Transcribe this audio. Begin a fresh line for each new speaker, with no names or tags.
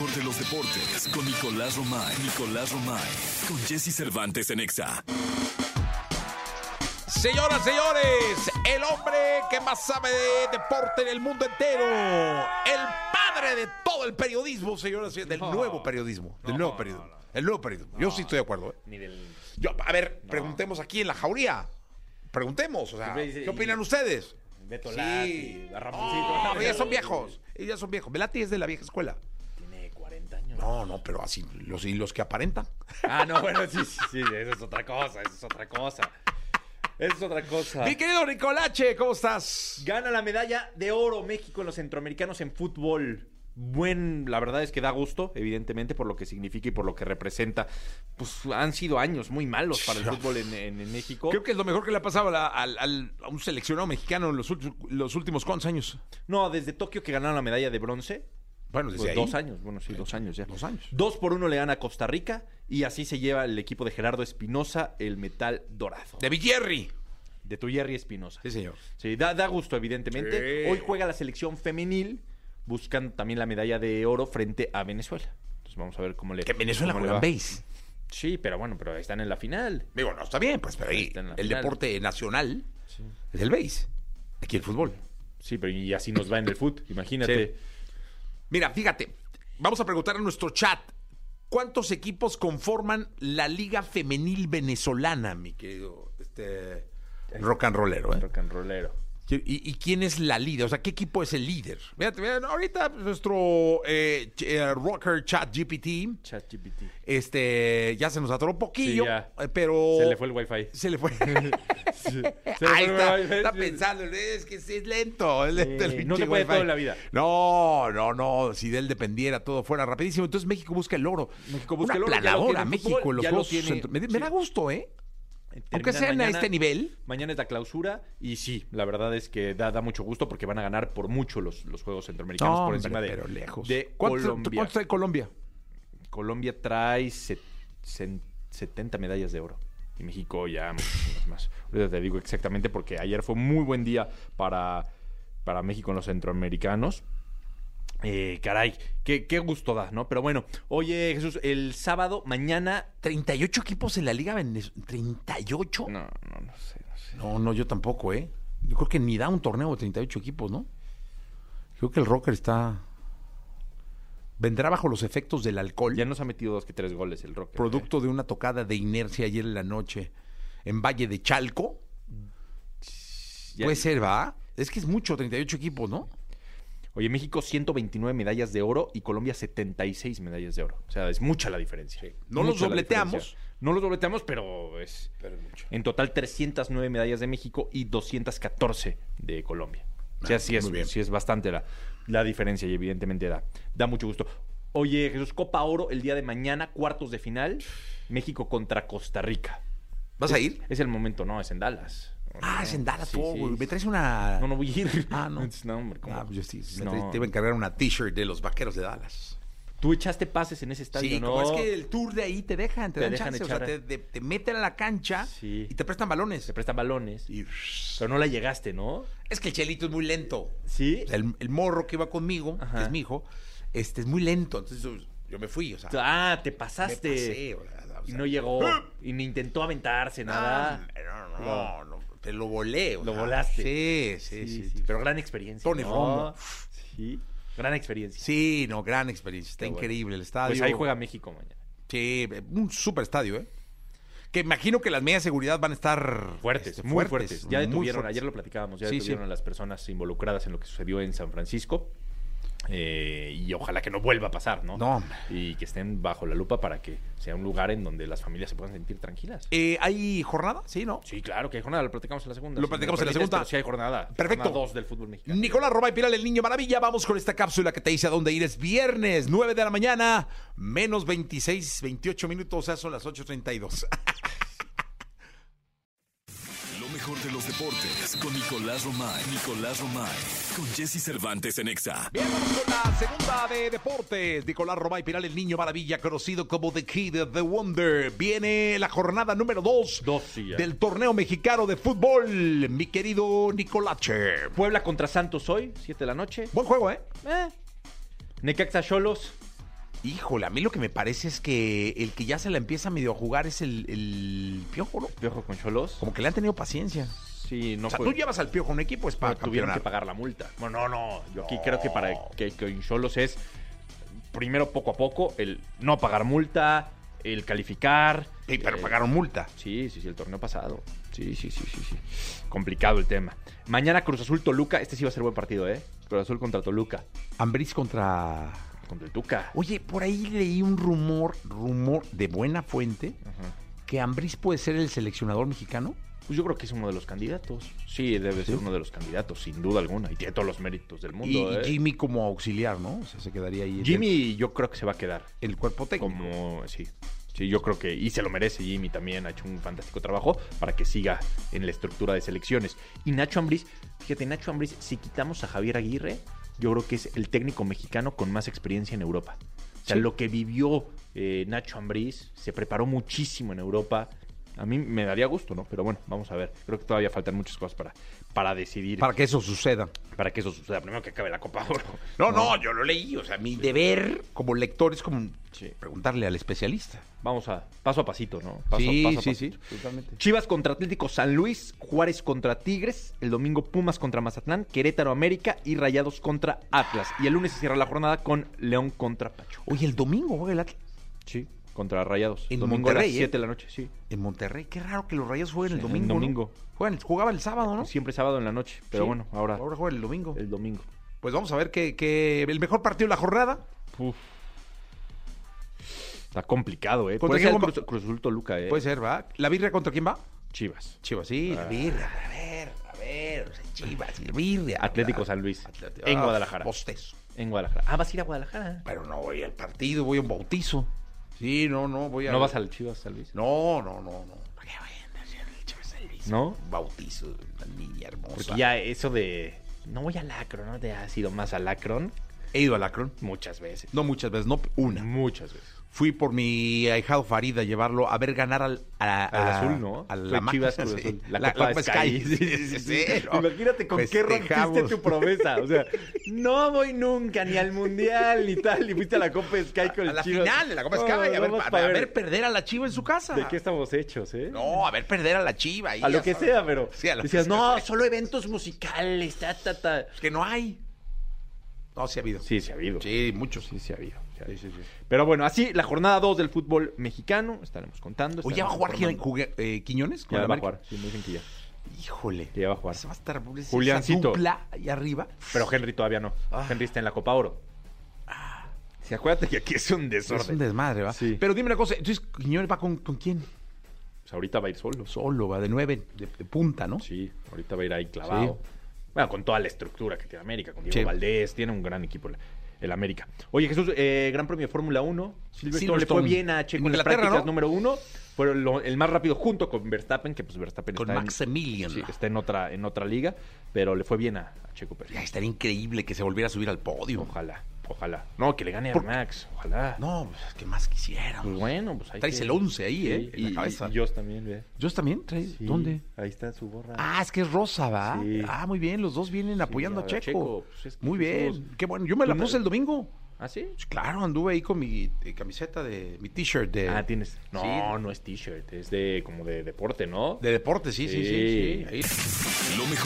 mejor de los deportes con Nicolás Romay. Nicolás Romay. Con Jesse Cervantes en Exa.
Señoras, señores, el hombre que más sabe de deporte en el mundo entero, el padre de todo el periodismo, señoras, señores, del nuevo periodismo, del nuevo periodismo, el nuevo periodismo. Yo sí estoy de acuerdo. ¿eh? Yo, a ver, preguntemos aquí en la jauría, preguntemos, o sea,
Siempre dice,
¿qué
y-
opinan ustedes?
Beto
Sí.
Lati, a
No,
Ramoncito.
pero ya son viejos, ellos ya son viejos. Velati es de la vieja escuela.
Tiene 40 años.
No, no, pero así, los, y los que aparentan.
Ah, no, bueno, sí, sí, sí, eso es otra cosa, eso es otra cosa. Eso es otra cosa.
Mi querido Nicolache, ¿cómo estás?
Gana la medalla de oro México en los centroamericanos en fútbol. Buen, la verdad es que da gusto, evidentemente, por lo que significa y por lo que representa. Pues han sido años muy malos para el fútbol en, en- en México.
Creo que es lo mejor que le ha pasado a, la- al- al- a un seleccionado mexicano en los, ulti- los últimos cuántos años.
No, desde Tokio que ganaron la medalla de bronce.
Bueno, desde
Pues,
ahí.
dos años, bueno, sí, dos años ya.
Dos años.
Dos por uno le gana a Costa Rica y así se lleva el equipo de Gerardo Espinosa el metal dorado.
De Villerri.
De tu Jerry Espinosa.
Sí, señor.
Sí, da, da gusto, evidentemente.
Sí.
Hoy juega la selección femenil buscando también la medalla de oro frente a Venezuela. Entonces vamos a ver cómo le.
Que en Venezuela
cómo le
juegan
va.
base.
Sí, pero bueno, pero están en la final.
Digo, no, está bien, pues, pero ahí
Está en la
el
final.
deporte nacional es el base. Aquí el fútbol.
Sí, pero y así nos va en el fútbol, imagínate.
Mira, fíjate, vamos a preguntar a nuestro chat. ¿Cuántos equipos conforman la Liga Femenil Venezolana, mi querido este, rock and rollero? ¿eh?
Rock and rollero.
¿Y, y quién es la líder? O sea, ¿qué equipo es el líder? Fíjate, vean, ahorita nuestro eh, ch- eh, rocker chat GPT,
ChatGPT.
este, ya se nos atoró un poquillo,
Sí, ya.
eh, pero...
Se le fue el wifi.
Se le fue.
Se le
Ahí
fue el
está,
wifi,
está
sí.
pensando, es que sí, es lento, es lento el
Sí, no
pinche
se puede
wifi.
todo en la vida.
No, no, no, si de él dependiera todo fuera rapidísimo. Entonces México busca el oro. México
busca el oro, ya lo
Planadora,
tiene en
México,
fútbol,
los
ya lo
juegos
tiene,
centro- Me, me
sí.
da gusto, ¿eh? Aunque
Terminan
sean a
mañana.
este nivel.
Mañana es la clausura y sí, la verdad es que da, da mucho gusto porque van a ganar por mucho los, los Juegos Centroamericanos por
hombre,
encima de,
pero lejos.
de
¿Cuánto-
Colombia.
¿Cuánto trae Colombia?
Colombia trae se- sen- 70 medallas de oro. Y México ya muchísimas más. Ahorita te digo exactamente porque ayer fue muy buen día para, para México en los centroamericanos. Eh, caray, qué, qué gusto da, ¿no? Pero bueno, oye Jesús, el sábado, mañana...
38 equipos en la Liga Venezolana. ¿38?
No, no, no sé, no sé.
No, no, yo tampoco, ¿eh? Yo creo que ni da un torneo de 38 equipos, ¿no? Creo que el rocker está. Vendrá bajo los efectos del alcohol,
Ya nos ha metido dos que tres goles el Rocket.
producto de una tocada de inercia ayer en la noche en Valle de Chalco.
Ya-
Puede ser, ¿va? Es que es mucho, 38 equipos, ¿no?
Oye, México 129 medallas de oro y Colombia 76 medallas de oro. O sea, es mucha la diferencia.
No
Mucha
los
la
dobleteamos.
diferencia. No los dobleteamos, pero es... En total 309 medallas de México y 214 de Colombia. O sea, sí es,
Ah, muy bien.
sí es bastante la, la diferencia y evidentemente da, da mucho gusto. Oye, Jesús, Copa Oro el día de mañana, cuartos de final, México contra Costa Rica.
¿Vas a ir?
Es el momento, no, es en Dallas.
Ah, es en Dallas,
Sí,
tú,
sí.
güey. Me traes una.
No, no voy a ir.
Ah, no.
No, hombre, ¿cómo?
Ah, pues yo sí, me
No.
traes- te iba a encargar una t-shirt de los vaqueros de Dallas.
Tú echaste pases en ese estadio,
Sí,
¿no?
como es que el tour de ahí te dejan, te,
Te
dan
dejan
chance, o sea,
echar-
te, te- te meten a la cancha
Sí.
y te prestan balones.
Se prestan balones.
Y-
Pero no la llegaste, ¿no?
Es que el chelito es muy lento.
Sí.
O sea, el, el morro que iba conmigo, que
Ajá.
es mi hijo, este es muy lento. Entonces yo, yo me fui, o sea,
Ah, te
me
pasaste.
pasé, o sea, o
y
sea,
no llegó. Y ni intentó aventarse,
nada.
nada.
No, no, no, te lo volé. o
Lo
sea,
volaste.
Sí, sí, sí. sí.
Pero gran experiencia.
Tony
¿no?
Romo.
Sí. Gran experiencia.
Sí, no, gran experiencia. Está
Qué bueno.
increíble el estadio.
Pues ahí juega México mañana.
Sí, un super estadio, ¿eh? Que imagino que las medidas de seguridad van a estar
Fuertes,
este,
muy fuertes. Ya
muy
detuvieron,
fuertes.
ayer lo platicábamos, ya
Sí, sí.
detuvieron a las personas involucradas en lo que sucedió en San Francisco. Eh, y ojalá que no vuelva a pasar, ¿no?
No, hombre.
Y que estén bajo la lupa para que sea un lugar en donde las familias se puedan sentir tranquilas.
Eh, ¿Hay jornada? Sí, ¿no?
Sí, claro que hay jornada, lo platicamos en la segunda.
Lo
Si me
platicamos en la
permites,
segunda.
pero Sí, hay jornada.
Perfecto.
Jornada dos del fútbol mexicano.
Nicolás Roba y Piral, el niño maravilla. Vamos con esta cápsula que te dice a dónde ir. Es viernes, 9 de la mañana, menos 26, 28 minutos, o sea, son las 8.32.
Lo mejor de los deportes con Nicolás Romay. Nicolás Romay. Con Jesse Cervantes en Exa.
Bien, vamos con la segunda de deportes. Nicolás Roba y Piral, el niño maravilla, conocido como The Kid, The Wonder. Viene la jornada número 2
Dos, sí, ya.
del torneo mexicano de fútbol. Mi querido Nicolache.
Puebla contra Santos hoy, 7 de la noche.
Eh. Buen juego, ¿eh?
Eh. Necaxa Cholos.
Híjole, a mí lo que me parece es que el que ya se la empieza medio a jugar es el, el piojo, ¿no?
Piojo con Cholos.
Como que le han tenido paciencia.
Sí, no
o sea,
fue-
tú llevas al piojo a un equipo, es para
Pero tuvieron que
campeonar.
pagar la multa. Bueno, no, no. Yo aquí creo que para que, que en Xolos es primero poco a poco el no pagar multa, el calificar.
Sí, pero
eh,
pagaron multa.
Sí, sí, sí, el torneo pasado. Sí, sí, sí, sí, sí. Complicado el tema. Mañana Cruz Azul Toluca. Este sí va a ser buen partido, ¿eh? Cruz Azul contra Toluca.
Ambriz contra...
Contra el Tuca.
Oye, por ahí leí un rumor, rumor de buena fuente,
Ajá.
que Ambriz puede ser el seleccionador mexicano.
Pues yo creo que es uno de los candidatos. Sí, debe ser uno de los candidatos, sin duda alguna. Y tiene todos los méritos del
Y,
mundo.
y
¿eh?
Jimmy como auxiliar, ¿no? O sea, se quedaría ahí. en el-
Jimmy, yo creo que se va a quedar.
El, cuerpo técnico.
Como, sí. Sí, yo creo que. Y se lo merece. Jimmy también ha hecho un fantástico trabajo para que siga en la estructura de selecciones. Y Nacho Ambriz, fíjate, Nacho Ambriz, si quitamos a Javier Aguirre, yo creo que es el técnico mexicano con más experiencia en Europa. O sea,
Sí.
lo que vivió eh, Nacho Ambriz, se preparó muchísimo en Europa. A mí me daría gusto, ¿no? Pero bueno, vamos a ver. Creo que todavía faltan muchas cosas para, para decidir.
Para que eso suceda.
para que eso suceda. Primero que acabe la Copa Oro.
No, no, yo lo leí. O sea, mi deber como lector es como
Sí.
preguntarle al especialista.
Vamos a paso a pasito, ¿no? Paso,
sí,
paso a
sí,
pasito.
sí. Totalmente.
Chivas contra Atlético San Luis, Juárez contra Tigres, el domingo Pumas contra Mazatlán, Querétaro América y Rayados contra Atlas. Y el lunes se cierra la jornada con León contra Pachuca.
Oye, el domingo juega el Atlas
Sí, contra Rayados.
En
domingo a las
Monterrey, ¿eh?
7 de la noche, sí.
en Monterrey. Qué raro que los Rayos jueguen el
Sí, el
domingo. ¿no?
domingo.
Juegan- jugaban el sábado, ¿no?
Siempre sábado en la noche, pero
Sí.
bueno, ahora
Ahora juegan el domingo.
el domingo.
Pues vamos a ver que, el mejor partido de la jornada.
Uf. Está complicado, ¿eh?
¿Contra
Puede
quién
ser el
compa-
Cruz, Cruz Azul Toluca, ¿eh?
Puede ser, ¿va? ¿La birria contra quién va?
Chivas.
Chivas, sí, la
Ah.
birria. A ver, a ver. o sea, Chivas, la birria.
Atlético
¿verdad?
San Luis.
Atleti-
En
Ah,
Guadalajara.
Bostezo.
En Guadalajara. Ah, vas a ir a Guadalajara.
Pero no voy al partido, voy a un bautizo. Sí, no, no, voy a.
¿No vas al Chivas San Luis?
No, no, no, no. ¿Para qué voy a andar siendo el Chivas San Luis?
¿No?
Un Bautizo, de una niña
Porque
hermosa.
Pues ya eso de. No voy al Akron, ¿no? Te has ido más al Akron
He ido al Akron.
muchas veces.
No muchas veces, no una.
Muchas veces.
Fui por mi ahijado Farid a llevarlo a ver ganar al, a-
Al
a-
azul, ¿no?
Ah, A la
Fue
ma-
Chivas Cruz
sí.
Azul.
La, Copa Sky. Sí, sí, sí, sí, ¿no?
Imagínate con qué rompiste
Festejamos.
tu promesa. O sea, no voy nunca ni al Mundial ni tal. Y fuiste a la Copa Sky con
A la
Chivas.
final de la Copa
No,
Sky. A ver,
vamos
a
pa'
ver perder a la Chiva en su casa.
de qué estamos hechos, ¿eh?
No, a ver perder a la Chiva. ahí,
a lo
ya
que
sabes.
sea, pero.
Sí, a lo que
decías,
sea.
no, solo eventos musicales, ta, ta, ta.
Es que no hay. No, sí ha habido.
Sí, se ha habido.
Sí, muchos.
Sí, sí ha habido. sí ha habido. Pero bueno, así la jornada 2 del fútbol mexicano. Estaremos contando.
Oye, ¿ya va a
estaremos
jugar Gil-
informando.
jugue- eh, Quiñones? con el
Ya va a
América?
jugar. Sí, me dicen que ya.
Híjole.
Que ya va a jugar.
Se va a estar esa
Juliancito.
dupla ahí arriba.
Pero Henry todavía no. Henry está en la Copa Oro. Sí, Ah. acuérdate que aquí es un desorden.
Es un desmadre, ¿va?
Sí.
Pero dime una cosa, entonces Quiñones va con, con quién?
Pues ahorita va a ir solo.
Solo, va de nueve, de, de punta, ¿no?
Sí, ahorita va a ir ahí clavado.
Sí.
Bueno, con toda la estructura que tiene América, con Diego
Sí.
Valdés, tiene un gran equipo el, el América. Oye, Jesús, eh, Gran Premio de Fórmula 1. Silverstone, le fue
Silverstone.
bien a Checo en las
Inglaterra,
prácticas
¿no?
número uno. Fue lo- el más rápido junto con Verstappen, que pues Verstappen
Con
está, en,
Maximilian.
sí, está en otra en otra liga, pero le fue bien a, a Checo Pérez.
Ya, estaría increíble que se volviera a subir al podio.
Ojalá, ojalá. No, que le gane a
Por-
Max, ojalá.
No, pues, ¿qué más quisiera?
Pues bueno, pues ahí.
Traes el 11 ahí, ¿eh? En la
y,
cabeza.
y Joss también, ¿ve?
¿Yo también? ¿Traes?
Sí,
¿Dónde?
Ahí está su gorra.
Ah, es que es rosa, ¿va?
Sí.
Ah, muy bien, los dos vienen apoyando
a
a Checo.
Checo, pues, es que
muy bien,
Jesús.
qué bueno. Yo me la
Tú no-
puse el domingo.
¿Ah, sí?
Pues, claro, anduve ahí con mi eh, camiseta de... Mi t-shirt de...
Ah, tienes. No,
Sí.
no es t-shirt, es de como de deporte, ¿no?
De deporte, sí, sí, sí.
Sí.
sí. Ahí-
Lo mejor.